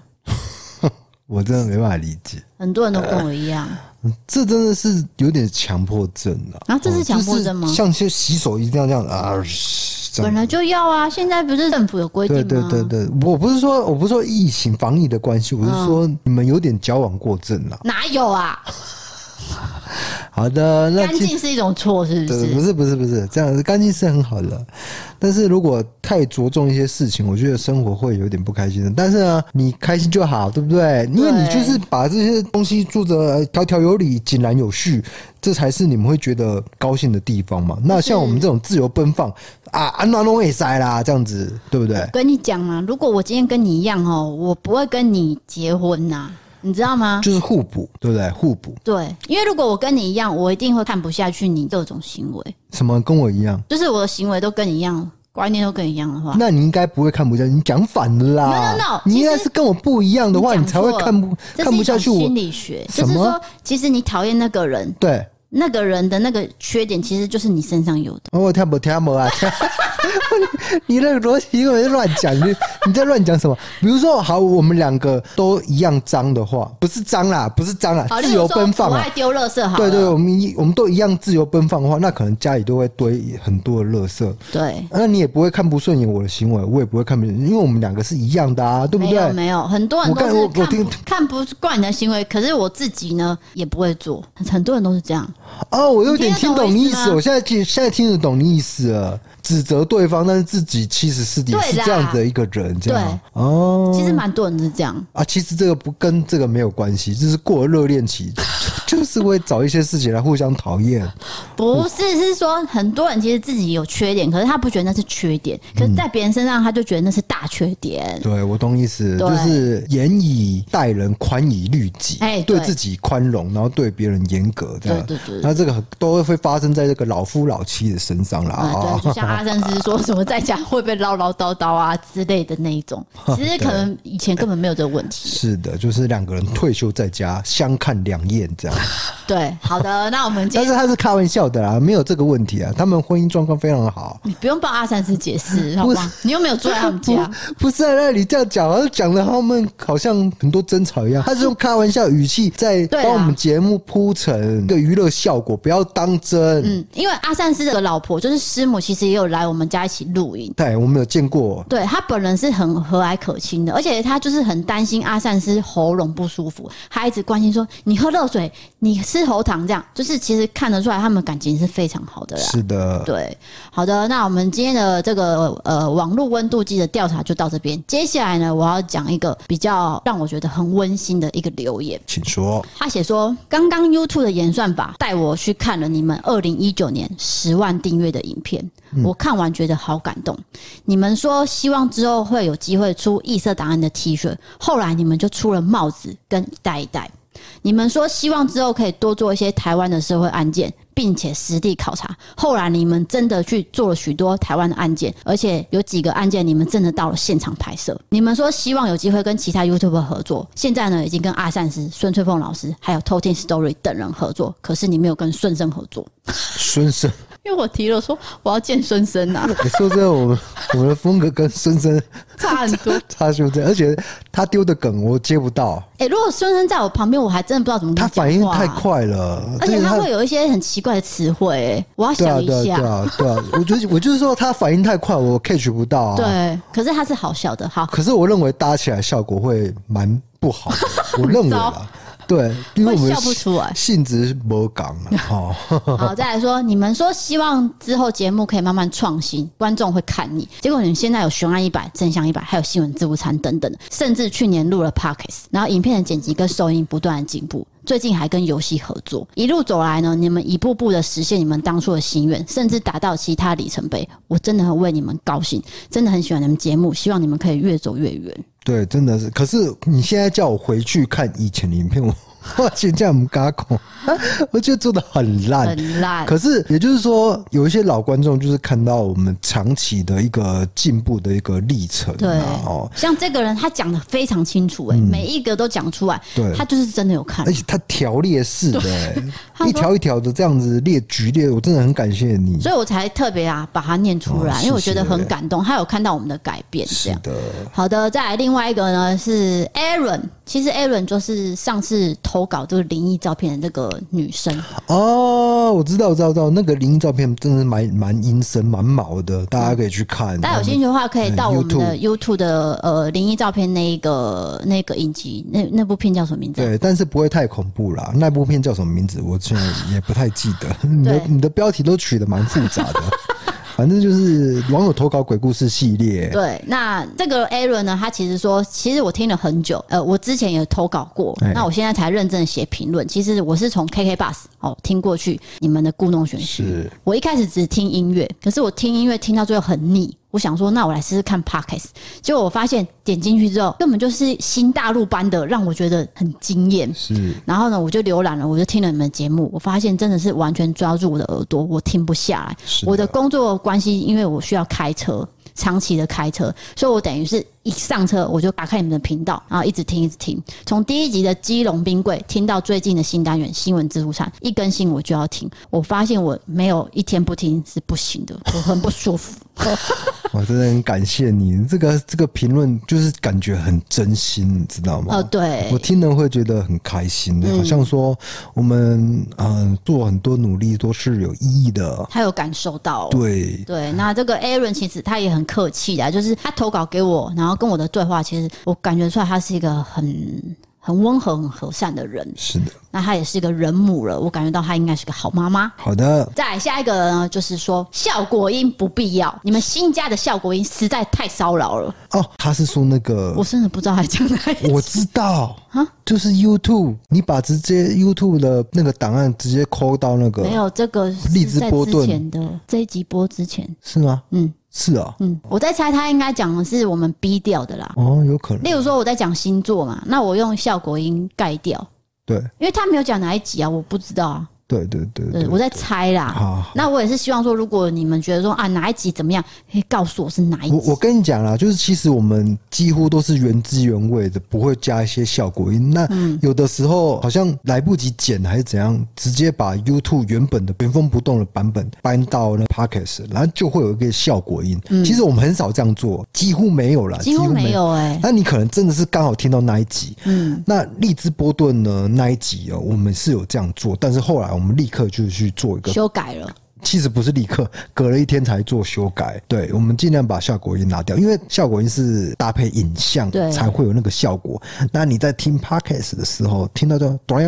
我真的没办法理解，很多人都跟我一样，哎这真的是有点强迫症啊！啊这是强迫症吗就是像些洗手一定要这样啊，这本样。来就要啊，现在不是政府有规定对吗？对对对，我不是说我不是说疫情防疫的关系，我嗯是说你们有点矫枉过正了。哪有啊？好的，那干今净是一种错，是不对，不是？是不是不是，这样子干净是很好的，但是如果太着重一些事情，我觉得生活会有点不开心的。但是呢，你开心就好，对不对？因为你对就是把这些东西做着呃条条有理、井然有序，这才是你们会觉得高兴的地方嘛。嗯那像我们这种自由奔放啊，安暖弄也塞啦，这样子对不对？跟你讲啊，如果我今天跟你一样哦，我不会跟你结婚呐、你知道吗？就是互补，对不对？互补，对，因为如果我跟你一样，我一定会看不下去你各种行为，什么跟我一样？就是我的行为都跟你一样，观念都跟你一样的话，那你应该不会看不下去，你讲反了啦 No, no, no，你应该啊其实是跟我不一样的话，你你讲才会错了看不这看是不一下种去我心。理学，什就么是说，其实你讨厌那个人，对，那个人的那个缺点，其实就是你身上有的。我听不听不啊？ (laughs) 听你你那个逻辑根本就乱讲，你你在乱讲什么？比如说，好，我们两个都一样脏的话，不是脏啦，不是脏啦，哦好，例自如由说奔放不啊爱。丢垃圾好对了，对，我们一我们都一样自由奔放的话，那可能家里都会堆很多的垃圾，对那你也不会看不顺眼我的行为，我也不会看不，因为我们两个是一样的啊，对不没有对？没有，很多人我看都我是看我听不看不惯你的行为，可是我自己呢也不会做，很多人都是这样。哦，我有点你听听得懂懂你意我意思，啊思吗我现在听现在听得懂你意思了。指责对方，但是自己其实是也对是啦这样子的一个人，这样哦。其实蛮多人是这样，啊，其实这个不跟这个没有关系，就是过了热恋期，就就是会找一些事情来互相讨厌。不是是说很多人其实自己有缺点，可是他不觉得那是缺点，可是在别人身上他就觉得那是大缺点。对我懂意思，对就是严以待人，宽以律己，哎对对自己宽容，然后对别人严格，这样。对对对那这个都会发生在这个老夫老妻的身上啦。啊，啊对，就像阿三师说什么在家会被唠唠叨叨啊之类的那一 (laughs) 种，其实可能以前根本没有这个问题。是的，就是两个人退休在家，相看两厌这样。对，好的，那我们今但天是他是开玩笑的啦，没有这个问题啊。他们婚姻状况非常好。你不用帮阿三师解释，好吗？你又没有住在他们家，不是啊，那你这样讲，好像讲的他们好像很多争吵一样。他是用开玩笑语气在对啊帮我们节目铺成一个娱乐效果，不要当真。嗯，因为阿善师的老婆就是师母，其实也有来我们家一起露营。对，我们有见过，对她本人是很和蔼可亲的，而且她就是很担心阿善师喉咙不舒服，她一直关心说你喝热水，你吃喉糖，这样就是其实看得出来他们感情是非常好的啦。是的，对，好的，那我们今天的这个呃网络温度计的调查就到这边。接下来呢，我要讲一个比较让我觉得很温馨的一个留言。请说。他写说，刚刚 YouTube 的演算法带我去看了你们二零一九年十万订阅的影片，我看完觉得好感动。你们说希望之后会有机会出异色档案的 T 恤，后来你们就出了帽子跟一袋一袋。你们说希望之后可以多做一些台湾的社会案件，并且实地考察。后来你们真的去做了许多台湾的案件，而且有几个案件你们真的到了现场拍摄。你们说希望有机会跟其他 YouTube 合作，现在呢已经跟阿善师、孙翠凤老师还有偷听 Story 等人合作，可是你没有跟顺生合作，孙 (laughs) 生，因为我提了说我要见孙生 (laughs) 啊，你说真的，我们我们的风格跟孙生差很多。差就这样，而且他丢的梗我接不到，哎、如果孙生在我旁边，我还真的不知道怎么跟他讲反应话太。快了，而这且个他会有一些很奇怪的词汇、哎我要对啊想一对啊对下。啊对啊，我就是我就是说他反应太快，我 catch 不到啊。，对，可是它是好笑的，好可是我认为搭起来效果会蛮不好的， (laughs) 我认为糟啦。对，因为我们会笑不出来性质不港 (laughs) (laughs) 哦，好。再来说，你们说希望之后节目可以慢慢创新，观众会看你。结果你们现在有《悬案一百》《真相一百》，还有《新闻自助餐》等等的，甚至去年录了 Pockets，然后影片的剪辑跟收音不断的进步。最近还跟游戏合作，一路走来呢，你们一步步的实现你们当初的心愿，甚至达到其他里程碑。我真的很为你们高兴，真的很喜欢你们节目，希望你们可以越走越远。对，真的是。可是你现在叫我回去看以前的影片，我 (laughs) 我觉得这样我们嘎口， (laughs) 我觉得做的很烂。很烂。可是，也就是说，有一些老观众就是看到我们长期的一个进步的一个历程、啊，对哦，，像这个人他讲的非常清楚、欸，哎、每一个都讲出来嗯对，哎他就是真的有看而。且他条列式 (laughs) 的、欸他说一条一条的这样子列举列，我真的很感谢你。所以我才特别啊把它念出来，哦因为我觉得谢很谢感动，他有看到我们的改变，这是样。的，好的，再来另外一个呢是 Aaron，其实 Aaron 就是上次投稿这个灵异照片的这个女生，哦，我知道，我知道，我知道，那个灵异照片真的蛮蛮阴森、蛮毛的，大家可以去看。大家有兴趣的话可以嗯到我们的 YouTube 的呃灵异照片那一个那个影集，那那部片叫什么名字啊？对，但是不会太恐怖啦。那部片叫什么名字？我现在也不太记得。你的 (laughs) 对你的标题都取得蛮复杂 (laughs) 的，反正就是网友投稿鬼故事系列。对，那这个 Aaron 呢，他其实说，其实我听了很久，呃，我之前也投稿过，哎那我现在才认真地写评论。其实我是从 KK Bus 哦听过去你们的故弄玄虚是，我一开始只听音乐，可是我听音乐听到最后很腻。我想说，那我来试试看 podcast。结果我发现点进去之后，根本就是新大陆般的，让我觉得很惊艳。是然后呢，我就浏览了，我就听了你们的节目，我发现真的是完全抓住我的耳朵，我停不下来。是我的工作关系，因为我需要开车，长期的开车，所以我等于是一上车我就打开你们的频道，然后一直听，一直听，从第一集的基隆冰柜听到最近的新单元新闻自助餐，一更新我就要听。我发现我没有一天不听是不行的，我很不舒服。我真的很感谢你，这个这个评论就是感觉很真心，你知道吗？哦，对嗯我，听了会觉得很开心，好像说我们嗯、呃做很多努力都是有意义的。他有感受到、哦。对，对，那这个 Aaron 其实他也很客气的，啊就是他投稿给我，然后跟我的对话，其实我感觉出来他是一个很很温和、很和善的人。是的，那他也是一个人母了，我感觉到他应该是个好妈妈。好的，再来下一个呢，就是说效果音不必要，你们新家的效果音实在太骚扰了，哦，他是说那个我啊真的不知道他讲哪一我知道，就是 YouTube，你把直接 YouTube 的那个档案直接抠到那个， (laughs) 没有这个是利兹在波之顿前的这一集播之前，是吗？嗯是啊、嗯，我在猜他应该讲的是我们逼掉的啦。哦，有可能例，如说我在讲星座嘛，那我用效果音盖掉，对因为他没有讲哪一集啊，我不知道啊，对对对对，对，我在猜啦。好。那我也是希望说，如果你们觉得说啊哪一集怎么样，可以告诉我是哪一我集我。跟你讲啦，就是其实我们几乎都是原汁原味的，不会加一些效果音。那嗯有的时候好像来不及剪还是怎样，直接把 YouTube 原本的原封不动的版本搬到那 Pockets，然后就会有一个效果音。其实我们很少这样做，几乎没有啦，嗯几乎没。有哎、那你可能真的是刚好听到那一集，嗯，那利兹波顿呢那一集哦，我们是有这样做，但是后来我们立刻就去做一个，修改了，其实不是立刻，隔了一天才做修改。对，我们尽量把效果音拿掉，因为效果音是搭配影像对才会有那个效果。那你在听 podcast 的时候，听到就咚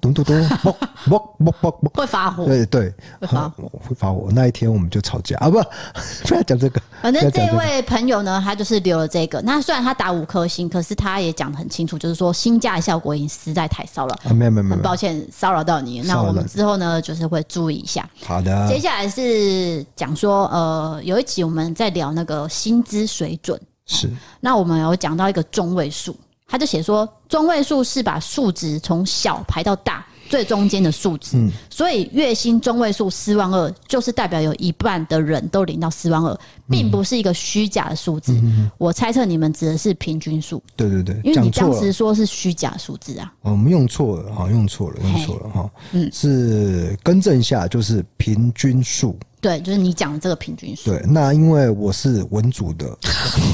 咚咚咚咚 (laughs) 咚，啵啵啵啵啵。会发火。对对，会发啊会发火。那一天我们就吵架啊，不， (laughs) 不要讲这个。反不正要讲这个位朋友呢，他就是留了这个。那虽然他打五颗星，可是他也讲得很清楚，就是说新加的效果音实在太骚扰，啊，没有没有没有很没有，抱歉骚扰到你。骚那扰我们到你啊之后呢，就是会注意一下。好的接，下来是讲说，呃，有一集我们在聊那个薪资水准，是那我们有讲到一个中位数，他就写说中位数是把数值从小排到大最中间的数值，嗯所以月薪中位数四万二就是代表有一半的人都领到四万嗯二，并不是一个虚假的数字。我猜测你们指的是平均数，对对对，因为你讲当错了时。说是虚假数字啊，哦我们用错了，哈，用错了，用错了，哈，嗯是更正一下，就是平均数，对，就是你讲的这个平均数。对，那因为我是文组的， (laughs)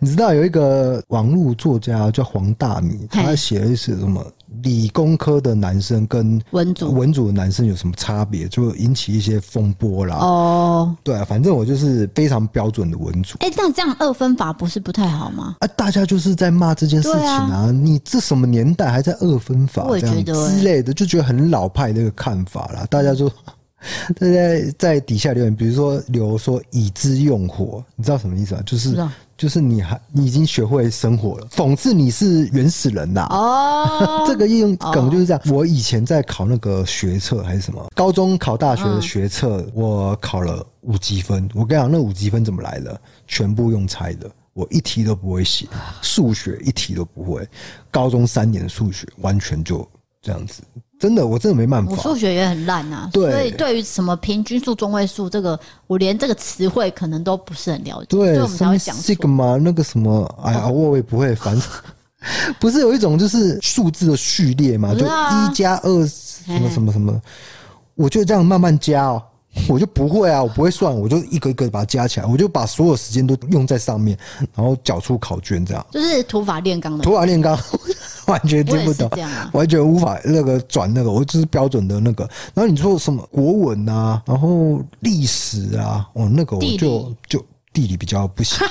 你知道有一个网络作家叫黄大米，嘿他写的是什么？理工科的男生跟文组文组的男生有什么差别？就引起一些风波啦。哦，对啊，反正我就是非常标准的文组。哎、那这样二分法不是不太好吗？啊，大家就是在骂这件事情啊！你这什么年代还在二分法我也这样觉得欸之类的，就觉得很老派的一个看法啦。大家就 (laughs) 大家在在底下留言，比如说留说“以资用火”，你知道什么意思吗？就不知是道就是你还你已经学会生活了，讽刺你是原始人呐、，哦 (laughs) 这个用梗就是这样。我以前在考那个学测还是什么，高中考大学的学测，我考了五级分。我跟你讲，那五级分怎么来的？全部用猜的。我一题都不会写，数学一题都不会，高中三年的数学完全就这样子，真的我真的没办我法数。学也很烂啊，对所以对于什么平均数、中位数这个，我连这个词汇可能都不是很了解，所对以我们才会讲什错。哦么 sigma 那个什么，哎呀，我也不会， (laughs) 反正不是有一种就是数字的序列嘛，我就知道啊一加二什么嗯什么什么，我就这样慢慢加哦。我就不会啊，我不会算，我就一个一个把它加起来，我就把所有时间都用在上面，然后缴出考卷这样。就是土法炼钢 (laughs) 的土，法炼钢，完全听不懂我也是这样啊，完全无法那个转那个，我就是标准的那个。然后你说什么国文啊，然后历史啊，哦，那个我地理就就地理比较不 (laughs) 行，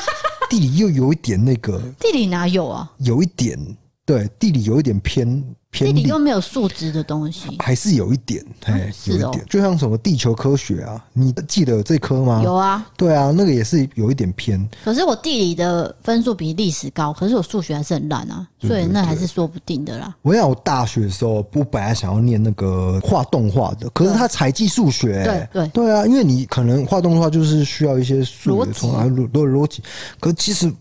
地理又有一点那个，地理哪有啊？有一点对地理有一点偏地偏理理又没有数值的东西。还是有一点，哎、是有一哦点，就像什么地球科学啊，你记得有这科吗？有啊，对啊，那个也是有一点偏，可是我地理的分数比历史高，可是我数学还是很烂啊，对所以那对还是说不定的啦。我想我大学的时候，我本来想要念那个画动画的，可是他才技数学、欸，对对啊，因为你可能画动画就是需要一些数逻学辑从啊逻逻逻辑，可其实。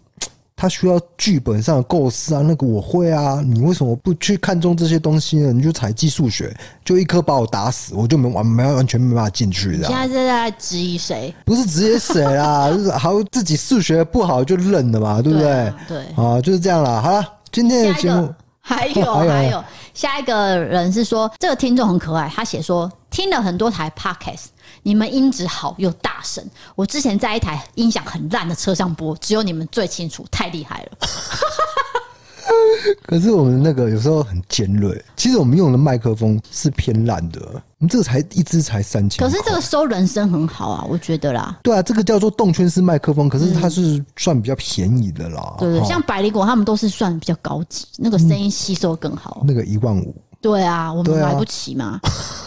他需要剧本上的构思啊，那个我会啊，你为什么不去看重这些东西呢？你就采技数学，就一科把我打死，我就没完没完全没办法进去你的现啊、在是在质疑谁？不是直接水啦，就是还有自己数学不好就认了嘛，对不对？啊对。啊，就是这样啦。好了，今天的下一哎节目哦哎个还有还有还有下一个人是说，这个听众很可爱，他写说听了很多台 podcast，你们音质好又大声。我之前在一台音响很烂的车上播，只有你们最清楚，太厉害了。可是我们那个有时候很尖锐，其实我们用的麦克风是偏烂的，我们这个才一支才三千可块。是这个收人声很好啊，我觉得啦。对啊，这个叫做动圈式麦克风，可是它是算比较便宜的啦。对对，哈像百灵果他们都是算比较高级，那个声音吸收更好。那个一万五，对啊，我们嗯对啊买不起嘛。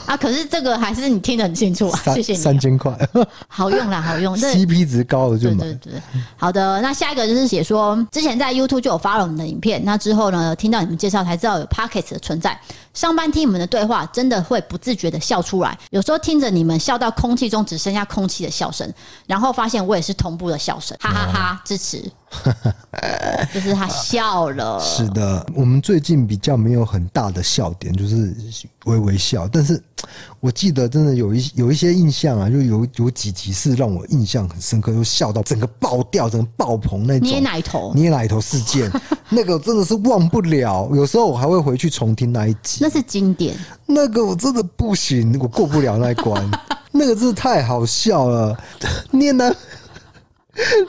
啊，可是这个还是你听得很清楚啊，谢三谢你啊、三千块好用啦，(laughs) 好用。这，CP 值高的就对买对。对，好的。那下一个就是写说，之前在 YouTube 就有发了我们的影片，那之后呢，听到你们介绍才知道有 Pockets 的存在。上班听你们的对话，真的会不自觉的笑出来，有时候听着你们笑到空气中只剩下空气的笑声，然后发现我也是同步的笑声，哈哈嗯哈支持。就是他笑了， (laughs) 是的，我们最近比较没有很大的笑点，就是微微笑。但是我记得真的有一有一些印象啊，就有有几集是让我印象很深刻，就笑到整个爆掉、整个爆棚那种。捏奶头，捏奶头事件，那个真的是忘不了。有时候我还会回去重听那一集，那是经典。那个我真的不行，我过不了那一关。那个真的太好笑了，捏奶，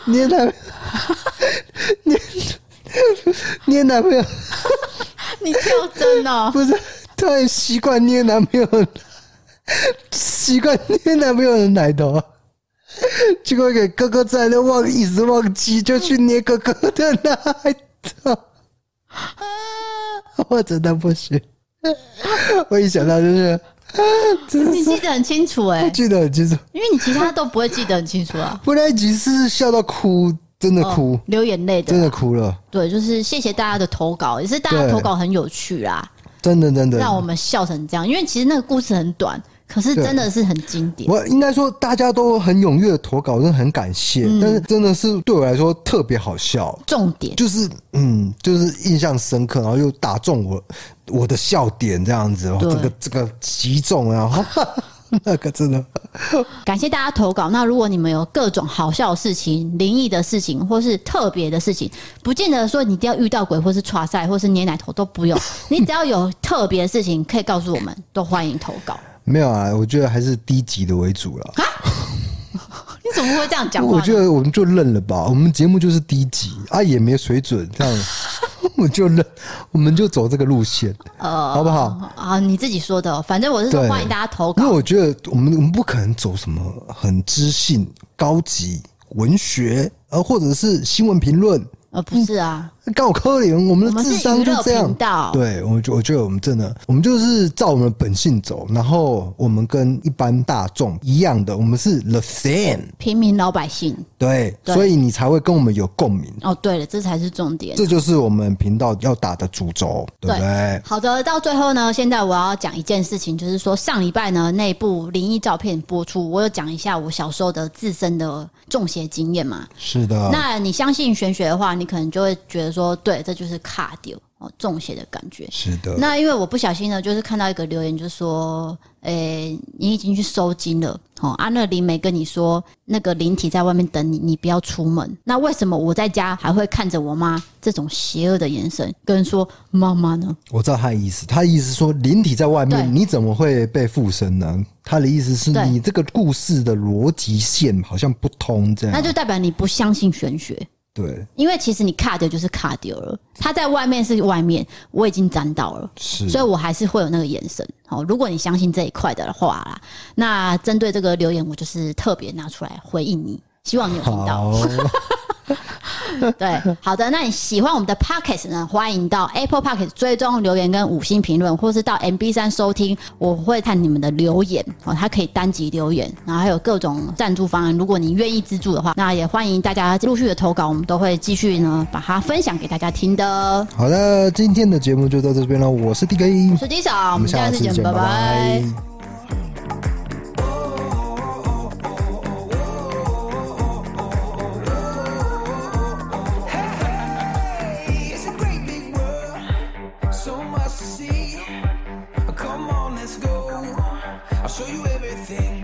捏奶，捏捏男朋友你跳针哦，不是太习惯捏男朋友的，习惯捏男朋友的奶头。结果给哥哥在那忘，一直忘记，就去捏哥哥的奶头。我真的不行，我一想到就是， (laughs) 你记得很清楚哎、记得很清楚。因为你其他都不会记得很清楚啊。不然几次笑到哭，真的哭，哦流眼泪的真的哭了，对，就是谢谢大家的投稿，也是大家对投稿很有趣啦，真的真的。让我们笑成这样。因为其实那个故事很短，可是对真的是很经典。我应该说大家都很踊跃地投稿，真的很感谢。嗯但是真的是对我来说特别好笑，重点就是嗯，就是印象深刻，然后又打中我我的笑点这样子，哦，对这个这个击中啊，然后 (laughs) 那个真的感谢大家投稿。那如果你们有各种好笑的事情、灵异的事情，或是特别的事情，不见得说你一定要遇到鬼，或是抓塞，或是捏奶头都 (laughs) 不用。你只要有特别的事情可以告诉我们，都欢迎投稿。没有啊，我觉得还是低级的为主了。你怎么会这样讲话呢？我觉得我们就认了吧，我们节目就是低级啊，也没水准，这样 (laughs) 我就认，我们就走这个路线，呃好不好？啊，你自己说的哦、反正我是说对欢迎大家投因为稿。我觉得我们我们不可能走什么很知性、高级文学，呃，或者是新闻评论，呃，不是啊，干我扣脸，我们我的们智是商娱就乐这样频。道，对，我觉我觉得我们真的，我们就是照我们的本性走，然后我们跟一般大众一样的，我们是 the same，平民老百姓。对，对所以你才会跟我们有共鸣，哦，对了，这才是重点。这就是我们频道要打的主轴，对不对对？好的，到最后呢，现在我要讲一件事情，就是说上礼拜呢那部灵异照片播出，我有讲一下我小时候的自身的中邪经验嘛。是的，那你相信玄学的话，你可能就会觉得说，对，这就是卡丢哦中邪的感觉。是的，那因为我不小心呢，就是看到一个留言，就说，诶、你已经去收金了，哦，啊，那灵媒跟你说，那个灵体在外面等你，你不要出门。那为什么我在家还会看着我妈这种邪恶的眼神，跟说妈妈呢？我知道他的意思，他的意思说灵体在外面，对你怎么会被附身呢？他的意思是对你这个故事的逻辑线好像不通，这样那就代表你不相信玄学，对，因为其实你卡丢就是卡丢了，他在外面是外面，我已经沾到了。是所以我还是会有那个眼神。好、如果你相信这一块的话啦，那针对这个留言，我就是特别拿出来回应你。希望你有听到，好，对，好的。那你喜欢我们的 Pockets 呢？欢迎到 Apple Pockets 追踪留言跟五星评论，或是到 MB 三收听，我会看你们的留言哦。它可以单集留言，然后还有各种赞助方案。如果你愿意资助的话，那也欢迎大家陆续的投稿，我们都会继续呢把它分享给大家听的。好的，今天的节目就到这边了，我是 D 我 K，是 D 嫂，我们下次见，拜拜拜。 Hey, it's a great big world, so much to see. Come on, let's go. I'll show you everything.